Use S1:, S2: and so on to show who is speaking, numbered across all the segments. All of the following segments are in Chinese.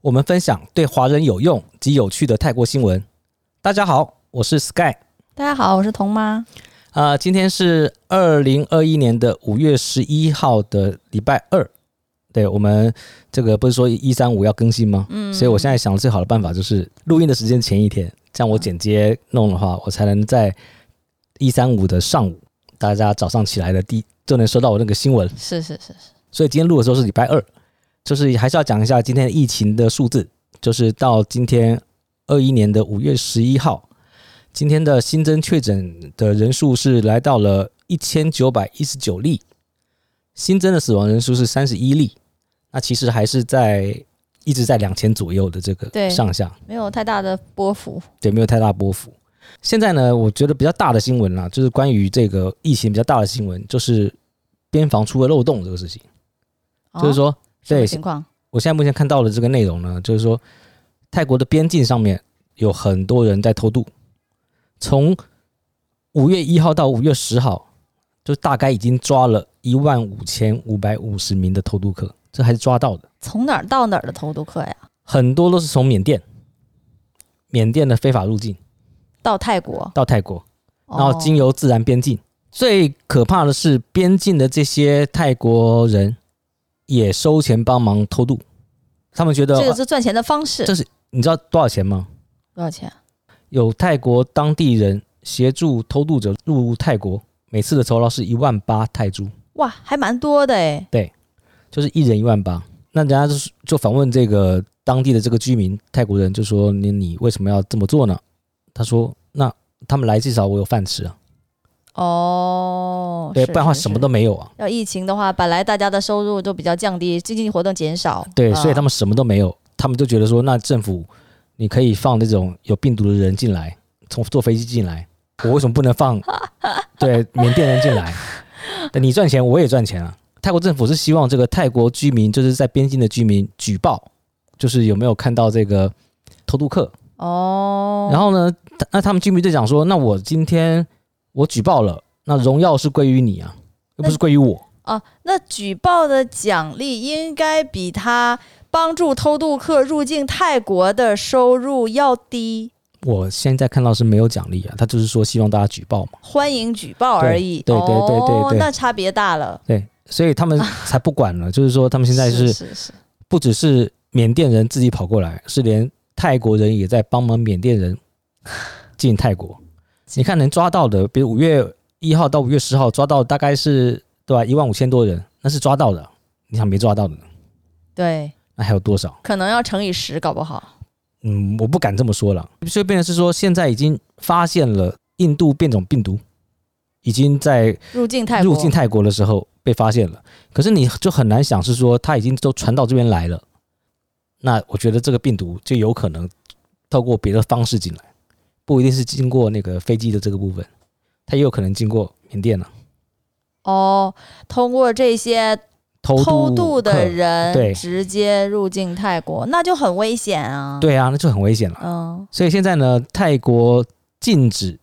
S1: 我们分享对华人有用及有趣的泰国新闻。大家好，我是 Sky，
S2: 大家好，我是童妈。
S1: 啊、呃今天是二零二一年的五月十一号的礼拜二。对我们这个不是说一三五要更新吗？嗯，所以我现在想最好的办法就是录音的时间前一天，这样我剪接弄的话，我才能在一三五的上午，大家早上起来的第一就能收到我那个新闻。
S2: 是是是是，
S1: 所以今天录的时候是礼拜二，就是还是要讲一下今天疫情的数字，就是到今天二一年的五月十一号，今天的新增确诊的人数是来到了一千九百一十九例，新增的死亡人数是三十一例，那其实还是在一直在两千左右的这个
S2: 对
S1: 上下，
S2: 没有太大的波幅。
S1: 对，没有太大波幅。现在呢，我觉得比较大的新闻啦，就是关于这个疫情比较大的新闻，就是边防出了漏洞这个事情，
S2: 哦
S1: 就是说
S2: 什么
S1: 对
S2: 情况？
S1: 我现在目前看到的这个内容呢，就是说泰国的边境上面有很多人在偷渡，从五月一号到五月十号，就大概已经抓了一万五千五百五十名的偷渡客，这还是抓到的，
S2: 从哪儿到哪儿的投毒客呀？
S1: 很多都是从缅甸，缅甸的非法入境
S2: 到泰国，
S1: 到泰国，然后
S2: 哦
S1: 经由自然边境。最可怕的是，边境的这些泰国人也收钱帮忙偷渡，他们觉得
S2: 这个是赚钱的方式。
S1: 这你知道多少钱吗？
S2: 多少钱？
S1: 有泰国当地人协助偷渡者入泰国，每次的酬劳是一万八泰铢，
S2: 哇，还蛮多的哎。
S1: 就是一人一万八。那人家就是就访问这个当地的这个居民泰国人，就说你你为什么要这么做呢？他说那他们来至少我有饭吃啊，
S2: 哦，
S1: 对，
S2: 是
S1: 不然的话
S2: 是
S1: 什么
S2: 是
S1: 都没有啊，
S2: 要疫情的话，本来大家的收入就比较降低，经济活动减少。
S1: 对，
S2: 啊
S1: 所以他们什么都没有，他们就觉得说那政府你可以放那种有病毒的人进来，从坐飞机进来，我为什么不能 放对缅甸人进来？对你赚钱，我也赚钱啊。泰国政府是希望这个泰国居民，就是在边境的居民举报，就是有没有看到这个偷渡客。
S2: 哦，
S1: 然后呢，他那他们居民就讲说，那我今天我举报了，那荣耀是归于你啊，又不是归于我。
S2: 啊，那举报的奖励应该比他帮助偷渡客入境泰国的收入要低。
S1: 我现在看到是没有奖励啊，他就是说希望大家举报嘛。
S2: 欢迎举报而已。
S1: 对对对对
S2: 哦
S1: 对，
S2: 那差别大了。
S1: 对，所以他们才不管了，就是说他们现在
S2: 是
S1: 是
S2: 是是
S1: 不只是缅甸人自己跑过来，是连泰国人也在帮忙缅甸人进泰国。你看能抓到的，比如五月一号到五月十号抓到大概是对吧一万五千多人，那是抓到的。你想没抓到的呢，
S2: 对，
S1: 那还有多少？
S2: 可能要乘以十，搞不好。
S1: 嗯，我不敢这么说了。所以变成是说，现在已经发现了印度变种病毒，已经在
S2: 入境泰国，
S1: 入境泰国的时候被发现了，可是你就很难想是说它已经都传到这边来了，那我觉得这个病毒就有可能透过别的方式进来，不一定是经过那个飞机的这个部分，它也有可能经过缅甸了、
S2: 哦，通过这些
S1: 偷
S2: 偷渡
S1: 渡
S2: 的
S1: 客，
S2: 人
S1: 对
S2: 直接入境泰国，那就很危险啊。，
S1: 对啊，那就很危险了。
S2: 嗯，
S1: 所以现在呢，泰国禁止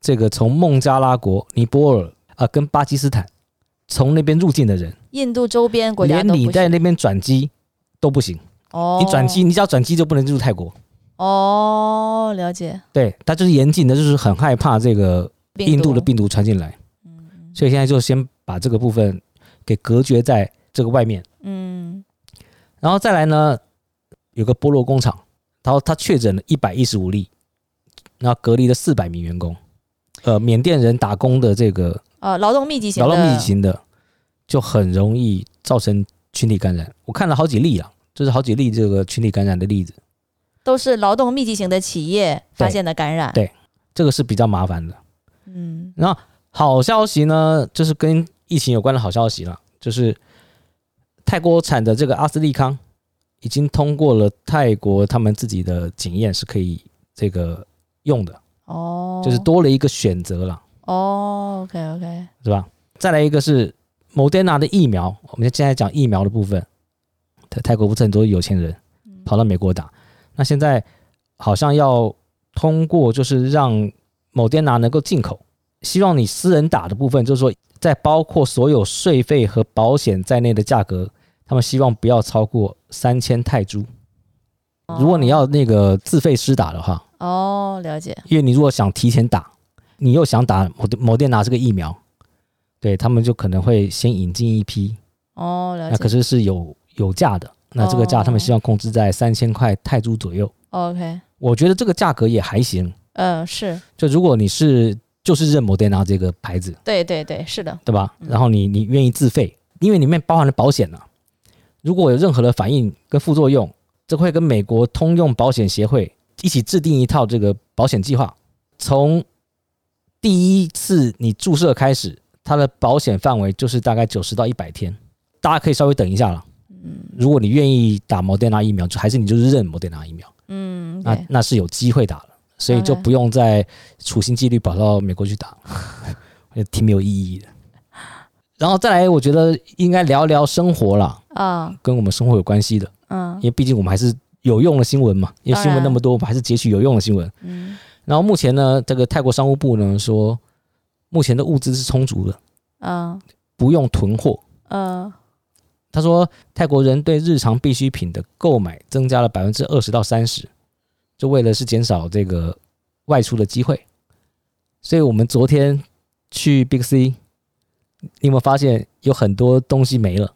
S1: 这个从孟加拉国、尼泊尔啊、呃跟巴基斯坦从那边入境的人，
S2: 印度周边国家
S1: 连
S2: 都
S1: 你
S2: 不
S1: 在
S2: 行。
S1: 那边转机都不行，
S2: 哦，
S1: 你转机，你只要转机就不能入泰国。
S2: 哦，了解。
S1: 对，他就是严谨的，就是很害怕这个印度的病毒传进来，
S2: 嗯
S1: 所以现在就先把这个部分给隔绝在这个外面，
S2: 嗯，
S1: 然后再来呢，有个菠萝工厂，然后他确诊了一百一十五例，然后隔离了四百名员工，呃，缅甸人打工的这个
S2: 呃，劳动密集型
S1: 劳
S2: 的，
S1: 动密集型的，就很容易造成群体感染。我看了好几例啊，就是好几例这个群体感染的例子，
S2: 都是劳动密集型的企业发
S1: 对
S2: 现的感染。
S1: 对这个是比较麻烦的。
S2: 嗯，
S1: 好消息呢，就是跟疫情有关的好消息了，就是泰国产的这个阿斯利康已经通过了泰国他们自己的检验，是可以这个用的，
S2: 哦，
S1: 就是多了一个选择了，
S2: 哦，OK OK，
S1: 是吧？再来一个是 Moderna 的疫苗，我们现在讲疫苗的部分，泰泰国不是很多有钱人跑到美国打，那现在好像要通过就是让 Moderna 能够进口，希望你私人打的部分，就是说在包括所有税费和保险在内的价格，他们希望不要超过三千泰铢。哦如果你要那个自费施打的话，
S2: 哦，了解，
S1: 因为你如果想提前打，你又想打某某电拿这个疫苗，对他们就可能会先引进一批，
S2: 哦，了
S1: 那
S2: 解，
S1: 可是是有有价的，那这个价
S2: 哦
S1: 他们希望控制在三千块泰铢左右。
S2: OK，
S1: 我觉得这个价格也还行，
S2: 嗯，是
S1: 就如果你是就是认某电拿这个牌子，
S2: 对对对，是的，
S1: 对吧？
S2: 嗯
S1: 然后你你愿意自费，因为里面包含了保险呢、如果有任何的反应跟副作用，这会跟美国通用保险协会一起制定一套这个保险计划，从第一次你注射开始，它的保险范围就是大概九十到一百天。大家可以稍微等一下了。
S2: 嗯
S1: 如果你愿意打莫德纳疫苗，就还是你就是认莫德纳疫苗，
S2: 嗯，
S1: 那
S2: 对，嗯
S1: 那是有机会打了，所以就
S2: OK
S1: 不用再处心积虑跑到美国去打， 也挺没有意义的。然后再来，我觉得应该聊聊生活啦，
S2: 啊，
S1: 跟我们生活有关系的，
S2: 嗯
S1: 因为毕竟我们还是有用的新闻嘛，因为
S2: 当
S1: 新闻那
S2: 然
S1: 么多，我们还是截取有用的新闻。
S2: 嗯
S1: 然后目前呢，这个泰国商务部呢说，目前的物资是充足的，
S2: 嗯
S1: 不用囤货。
S2: 嗯，
S1: 他说，泰国人对日常必需品的购买增加了百分之二十到三十，就为了是减少这个外出的机会。所以我们昨天去 Big C，你有没有发现有很多东西没了，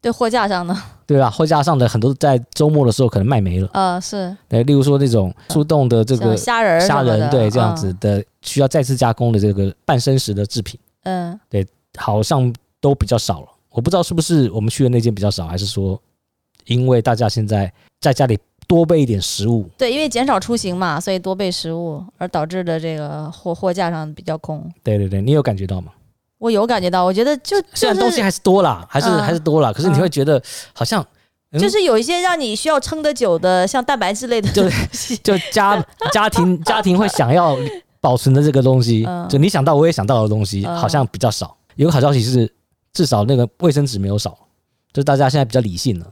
S2: 对，货架上的，
S1: 对吧？货架上的很多在周末的时候可能卖没了，
S2: 呃，是
S1: 对，例如说那种速冻的这
S2: 像
S1: 个
S2: 虾仁儿
S1: 虾
S2: 什么
S1: 仁，
S2: 的嗯
S1: 对，这样子，的需要再次加工的这个半生食的制品，
S2: 嗯嗯，
S1: 好像都比较少了。我不知道是不是我们去的那间比较少，还是说因为大家现在在家里多备一点食物，
S2: 对，因为减少出行嘛，所以多备食物，而导致的这个货货架上比较空。
S1: 对对对，你有感觉到吗？
S2: 嗯我有感觉到，我觉得就
S1: 虽
S2: 就
S1: 然东西
S2: 是
S1: 还是多啦，还是、
S2: 嗯
S1: 还是多啦，可是你会觉得好像嗯
S2: 就是有一些让你需要撑得久的，像蛋白质类的
S1: 就
S2: 东西。
S1: 就家家庭家庭会想要保存的这个东西，
S2: 嗯
S1: 就你想到我也想到的东西，
S2: 嗯
S1: 好像比较少。有个好消息是，至少那个卫生纸没有少，就大家现在比较理性了，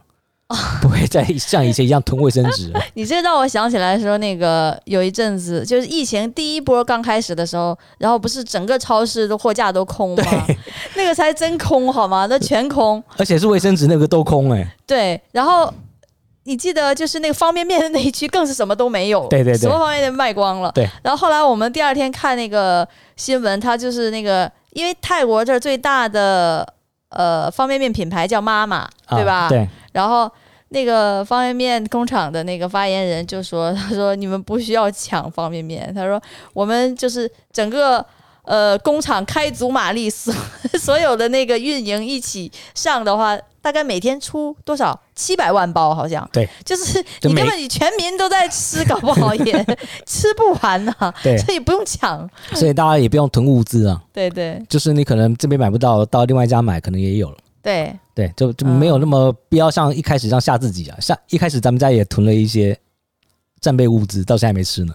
S2: 哦
S1: 不会再像以前一样囤卫生 纸了。
S2: 你这让我想起来说，那个有一阵子就是疫情第一波刚开始的时候，然后不是整个超市的货架都空吗？ 那个才真空好吗？那全空。
S1: 而且是卫生纸那个都空哎、
S2: 对，然后你记得就是那个方便面的那一区更是什么都没有，
S1: 对对对
S2: 所有方便面卖光了。
S1: 对，
S2: 然后后来我们第二天看那个新闻，它就是那个，因为泰国这儿最大的呃方便面品牌叫妈妈，
S1: 啊
S2: 对吧？
S1: 对，
S2: 然后那个方便面工厂的那个发言人就说：“他说你们不需要抢方便面，他说我们就是整个呃工厂开足马力，所所有的那个运营一起上的话。”大概每天出多少？七百万包好像。
S1: 对，
S2: 就是
S1: 就
S2: 你
S1: 每
S2: 根本你全民都在吃，搞不 好也吃不完呢、
S1: 对
S2: 所以不用抢。
S1: 所以大家也不用囤物资啊，
S2: 对对
S1: 就是你可能这边买不到，到另外一家买可能也有了。
S2: 对，
S1: 对，就就
S2: 嗯
S1: 没有那么必要像一开始这样吓自己啊。像一开始咱们家也囤了一些战备物资，到现在还没吃呢。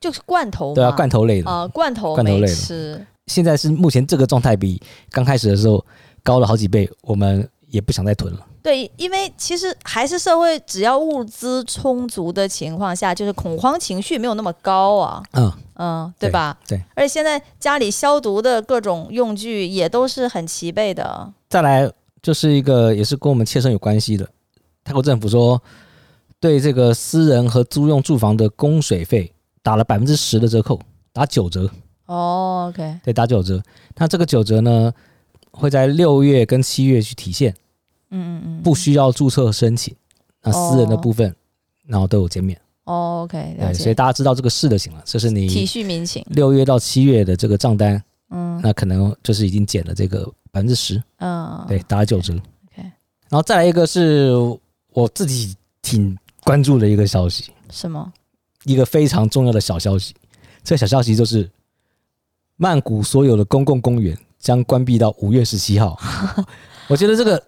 S2: 就是罐头嘛。
S1: 对啊，罐头类的。
S2: 啊、罐头
S1: 罐头
S2: 没
S1: 类的
S2: 吃。
S1: 现在是目前这个状态比刚开始的时候高了好几倍，我们也不想再囤了。
S2: 对，因为其实还是社会，只要物资充足的情况下，就是恐慌情绪没有那么高啊，
S1: 嗯，
S2: 嗯，
S1: 对
S2: 对吧？
S1: 对
S2: 而且现在家里消毒的各种用具也都是很齐备的。
S1: 再来就是一个也是跟我们切身有关系的，泰国政府说对这个私人和租用住房的供水费打了百分之十的折扣，打九折，
S2: 哦，OK，
S1: 对，打九折。那这个九折呢，会在六月跟七月去体现，
S2: 嗯嗯嗯，
S1: 不需要注册申请。那私人的
S2: 哦
S1: 部分，然后都有减免，
S2: 哦，OK，了
S1: 对，呃所以
S2: 解，
S1: 大家知道这个事就行了。这是
S2: 体
S1: 你
S2: 恤民情，
S1: 六月到七月的这个账单，
S2: 嗯
S1: 那可能就是已经减了这个百分之十，
S2: 嗯，
S1: 对，，打九折。
S2: OK
S1: 然后再来一个是我自己挺关注的一个消息，
S2: 什么？
S1: 一个非常重要的小消息。这个小消息就是，曼谷所有的公共公园将关闭到五月十七 号。我觉得这个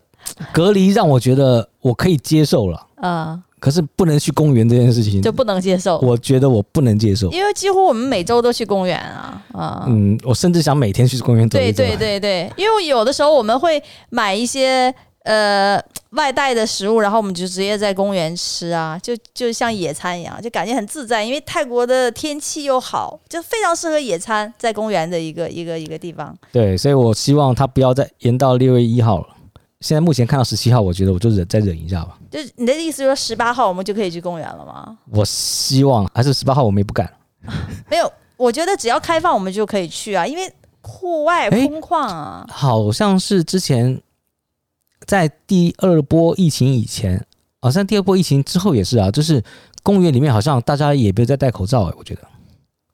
S1: 隔离让我觉得我可以接受了，
S2: 啊、
S1: 可是不能去公园这件事情，
S2: 就不能接受。
S1: 我觉得我不能接受。
S2: 因为几乎我们每周都去公园啊，啊，
S1: 嗯，我甚至想每天去公园走一
S2: 对
S1: 走。
S2: 对对对，因为有的时候我们会买一些呃外带的食物，然后我们就直接在公园吃啊，就就像野餐一样，就感觉很自在。因为泰国的天气又好，就非常适合野餐，在公园的一个一个一个地方。
S1: 对，所以我希望他不要再延到六月一号了。现在目前看到十七号，我觉得我就忍再忍一下吧。
S2: 就是你的意思，说十八号我们就可以去公园了吗？
S1: 我希望还是十八号，我们也不敢。
S2: 没有，我觉得只要开放我们就可以去啊，因为户外
S1: 哎
S2: 空旷啊。
S1: 好像是之前在第二波疫情以前，好像第二波疫情之后也是啊，就是公园里面好像大家也没有在戴口罩、欸，我觉得。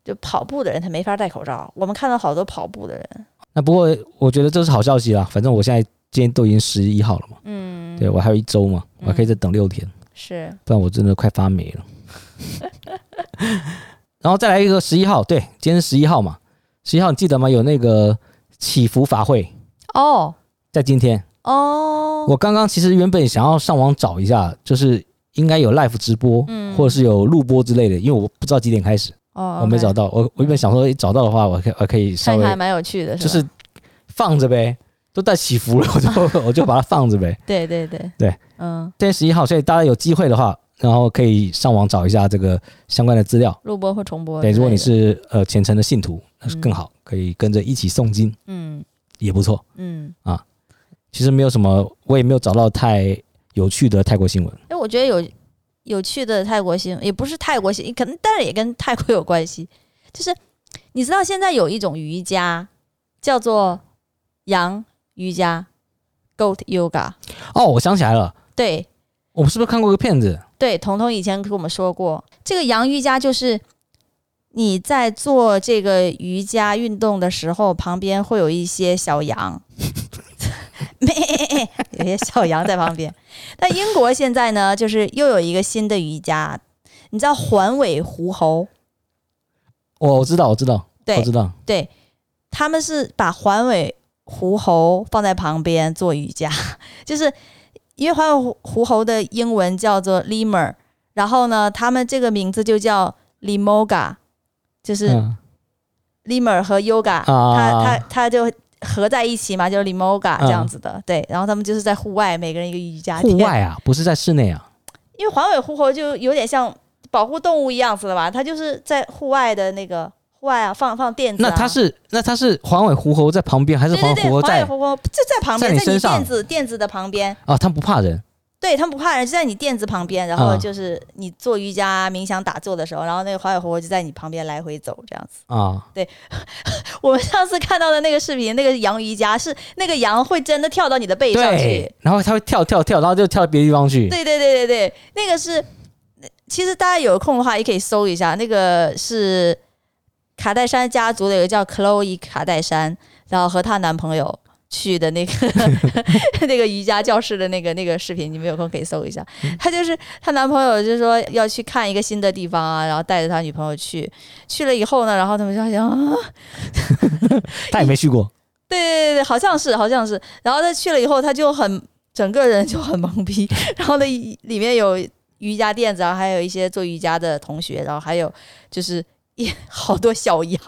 S2: 就跑步的人他没法戴口罩，我们看到好多跑步的人，
S1: 那不过我觉得这是好消息啦，反正我现在今天都已经十一号了嘛，
S2: 嗯，
S1: 对我还有一周嘛，我还可以再等六天，
S2: 是
S1: 不然我真的快发霉了。 然后再来一个十一号，对，今天是十一号嘛，十一号你记得吗？有那个祈福法会
S2: 哦
S1: 在今天，
S2: 哦，
S1: 我刚刚其实原本想要上网找一下，就是应该有 live 直播，
S2: 嗯
S1: 或者是有录播之类的，因为我不知道几点开始，
S2: 哦，
S1: 我没
S2: OK
S1: 找到。我我原本想说，找到的话，我可以我可以稍
S2: 看看还
S1: 微
S2: 蛮有趣的，
S1: 就是
S2: 吧
S1: 放着呗，都带起伏了，我就 我就把它放着呗。
S2: 对对对
S1: 对，
S2: 嗯，
S1: 今天十一号，所以大家有机会的话，然后可以上网找一下这个相关的资料。
S2: 录播或重哦播之
S1: 对，
S2: 类的。
S1: 如果你是呃虔诚的信徒，那是
S2: 嗯
S1: 更好，可以跟着一起诵经，
S2: 嗯
S1: 也不错。
S2: 嗯，
S1: 其实没有什么，我也没有找到太有趣的泰国新闻。
S2: 哎，我觉得有有趣的泰国新闻，也不是泰国新，可能但是也跟泰国有关系。就是你知道现在有一种瑜伽叫做羊瑜伽 （Goat Yoga），
S1: 哦，我想起来了，
S2: 对
S1: 我们是不是看过一个片子？
S2: 对，彤彤以前跟我们说过，这个羊瑜伽就是你在做这个瑜伽运动的时候，旁边会有一些小羊， 有些小羊在旁边。但英国现在呢，就是又有一个新的瑜伽，你知道环尾狐猴？
S1: 哦我我知道，我知道，
S2: 对
S1: 我知道。
S2: 对，他们是把环尾狐猴放在旁边做瑜伽， 就是因为环尾狐猴的英文叫做 lemur，然后呢，他们这个名字就叫 limoga，就是
S1: 嗯啊
S2: lemur 和 yoga，、它它它就合在一起嘛，就是 limoga 这样子的。对，然后他们就是在户外，每个人一个瑜伽
S1: 嗯户
S2: 垫，
S1: 外啊，不是在室内啊。
S2: 因为环尾狐猴就有点像保护动物一样子的吧，它就是在户外的那个户外啊，放放垫子、啊。
S1: 那它是那它是环尾狐猴在旁边，还是
S2: 对
S1: 环尾
S2: 对对，
S1: 狐猴在？
S2: 黄尾狐猴就在旁边，
S1: 在
S2: 在
S1: 你身
S2: 你
S1: 上
S2: 垫子垫子的旁边。
S1: 啊，它不怕人。
S2: 对他们不怕人，就在你垫子旁边，然后
S1: 啊
S2: 就是你做瑜伽、冥想、打坐的时候，然后那个黄尾狐猴就在你旁边来回走这样子。
S1: 啊，
S2: 我们上次看到的那个视频，那个羊瑜伽是那个羊会真的跳到你的背上去
S1: 对，，然后它会跳跳跳，然后就跳到别的地方去。
S2: 对对对对对，那个是，其实大家有空的话也可以搜一下，那个是卡戴珊家族的有个叫 Chloe 卡戴珊，然后和她男朋友去的那个那个瑜伽教室的那个那个视频，你们有空可以搜一下。她就是她男朋友就说要去看一个新的地方啊，然后带着她女朋友去，去了以后呢，然后他们就想啊，
S1: 它也没去过。
S2: 对对对对，好像是好像是。然后他去了以后，他就很整个人就很懵逼。然后呢，里面有瑜伽垫子，然后还有一些做瑜伽的同学，然后还有就是一好多小羊。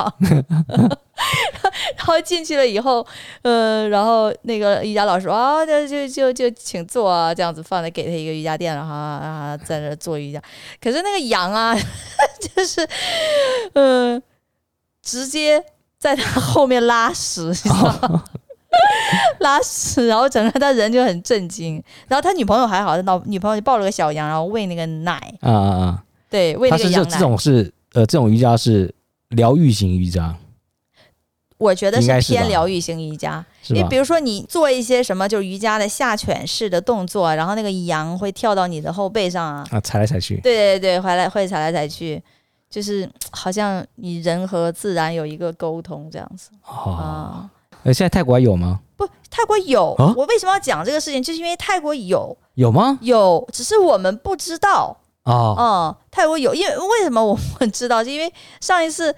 S2: 然后进去了以后，呃，然后那个瑜伽老师啊，就就就就请坐啊，这样子放在给他一个瑜伽垫，然后啊啊在那儿做瑜伽。可是那个羊啊，就是呃，直接在他后面拉屎，你知 道
S1: 啊
S2: 吗？拉屎，然后整个他人就很震惊。然后他女朋友还好，老女朋友就抱了个小羊，然后喂那个奶，
S1: 啊啊啊！
S2: 对，喂
S1: 它
S2: 那个
S1: 是就
S2: 羊啊
S1: 这
S2: 奶。
S1: 种是呃这种瑜伽是疗愈型瑜伽，
S2: 我觉得
S1: 应该是吧
S2: 偏疗愈型瑜伽，
S1: 是
S2: 因为
S1: 吧
S2: 比？如说你做一些什么就是瑜伽的下犬式的动作，然后那个羊会跳到你的后背上啊，
S1: 啊，踩来踩去。
S2: 对对对，回来会踩来踩去，就是好像你人和自然有一个沟通这样子
S1: 哦，
S2: 啊。
S1: 呃，现在泰国还有吗？
S2: 不，泰国有。
S1: 啊
S2: 我为什么要讲这个事情？就是因为泰国有
S1: 有吗？
S2: 有，只是我们不知道。
S1: 哦，
S2: 嗯，泰国有，因为为什么我们知道？就因为上一次，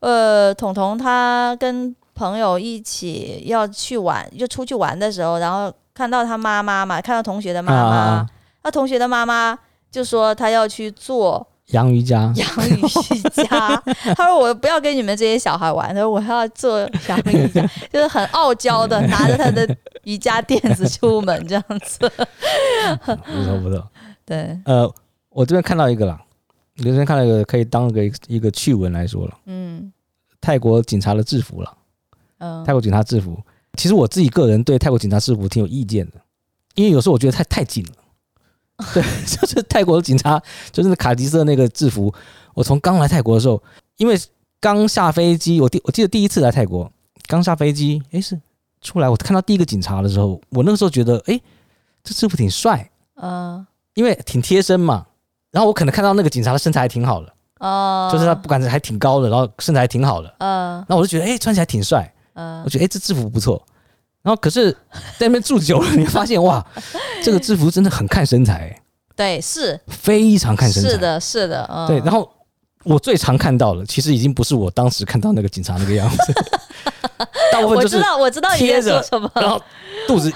S2: 呃，彤彤他跟朋友一起要去玩，就出去玩的时候，然后看到他妈妈嘛，看到同学的妈妈，
S1: 啊啊啊
S2: 那同学的妈妈就说他要去做
S1: 洋瑜伽，
S2: 洋瑜 伽，他说我不要跟你们这些小孩玩，他说我要做洋瑜伽，就是很傲娇的拿着他的瑜伽垫子出门这样 子。
S1: 不错不错。
S2: 对，
S1: 呃，我这边看到一个啦，我这边看到一个可以当个一个趣闻来说了，
S2: 嗯
S1: 泰国警察的制服了，
S2: 嗯
S1: 泰国警察制服。其实我自己个人对泰国警察制服挺有意见的，因为有时候我觉得太太紧了。对， 就是泰国警察，就是那卡其色那个制服。我从刚来泰国的时候，因为刚下飞机，我第我记得第一次来泰国，刚下飞机，诶，是出来我看到第一个警察的时候，我那个时候觉得，诶，这制服挺帅，
S2: 嗯
S1: 因为挺贴身嘛。然后我可能看到那个警察的身材还挺好的，
S2: 哦，
S1: 就是他不管是还挺高的，然后身材还挺好的。
S2: 嗯
S1: 那我就觉得，哎、穿起来挺帅，
S2: 嗯
S1: 我觉得哎、这制服不错。然后可是在那边住久了，你会发现 哇，这个制服真的很看身材、
S2: 对，是
S1: 非常看身材。
S2: 是，的，是的，嗯，
S1: 对。然后我最常看到的，其实已经不是我当时看到那个警察那个样 子，大部分
S2: 我
S1: 就是
S2: 知道，我知道你在
S1: 贴着
S2: 说什么。
S1: 然后肚子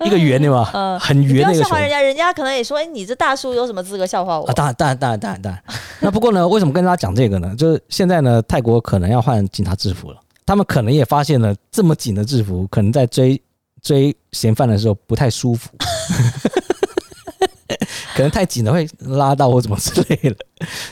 S1: 一个圆的嘛，
S2: 嗯
S1: 很
S2: 不
S1: 圆
S2: 要
S1: 那个
S2: 笑
S1: 球
S2: 话。人家，人家可能也说，哎，你这大叔有什么资格笑话我
S1: 啊，？当然，当然，当然，当然，当然。那不过呢，为什么跟大家讲这个呢？就是现在呢，泰国可能要换警察制服了，他们可能也发现了这么紧的制服，可能在追追嫌犯的时候不太舒服， 可能太紧了会拉到或怎么之类的，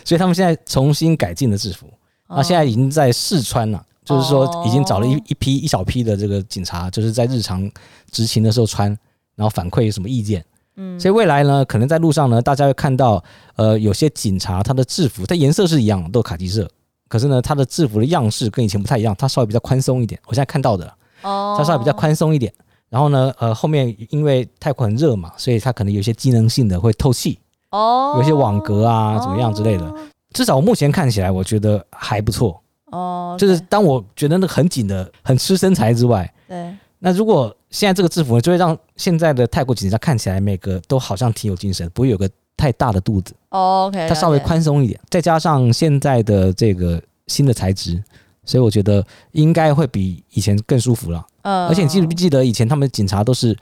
S1: 所以他们现在重新改进的制服，那、
S2: 哦
S1: 现在已经在试穿了。就是说，已经找了一
S2: 哦
S1: 一批一小批的这个警察，就是在日常执勤的时候穿，然后反馈什么意见，
S2: 嗯
S1: 所以未来呢，可能在路上呢，大家会看到，呃，有些警察他的制服，它颜色是一样的，都是卡其色，可是呢，他的制服的样式跟以前不太一样，它稍微比较宽松一点。我现在看到的，
S2: 哦，
S1: 它稍微比较宽松一点。然后呢，呃，后面因为泰国很热嘛，所以它可能有一些机能性的会透气，
S2: 哦，
S1: 有一些网格啊，怎么样之类的。至少我目前看起来，我觉得还不错。
S2: 哦，
S1: 就是
S2: OK，
S1: 当我觉得那个很紧的、很吃身材之外，
S2: 对，
S1: 那如果现在这个制服呢，就会让现在的泰国警察看起来每个都好像挺有精神，不会有个太大的肚子，
S2: 哦，OK，
S1: 它稍微
S2: 了解
S1: 宽松一点，再加上现在的这个新的材质，所以我觉得应该会比以前更舒服了。
S2: 嗯，
S1: 而且你记不记得以前他们警察都是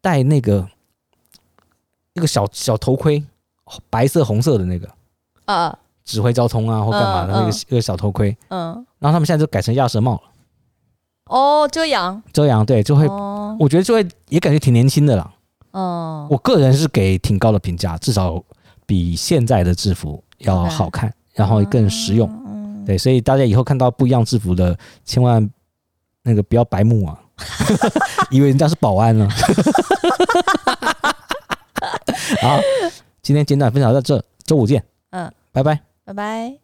S1: 戴那个那个小小头盔，哦白色红色的那个
S2: 啊？
S1: 指挥交通啊或干嘛的
S2: 嗯
S1: 那个、
S2: 嗯
S1: 那个小头盔，
S2: 嗯，
S1: 然后他们现在就改成鸭舌帽了，
S2: 哦，遮阳，
S1: 这样对就会，
S2: 哦，
S1: 我觉得就会也感觉挺年轻的啦。
S2: 嗯，
S1: 我个人是给挺高的评价，至少比现在的制服要好看，啊然后更实用。
S2: 嗯，
S1: 对，所以大家以后看到不一样制服的，千万那个不要白目啊， 以为人家是保安呢、 好，今天简短分享到这，周五见，
S2: 嗯，
S1: 拜拜。
S2: 拜拜。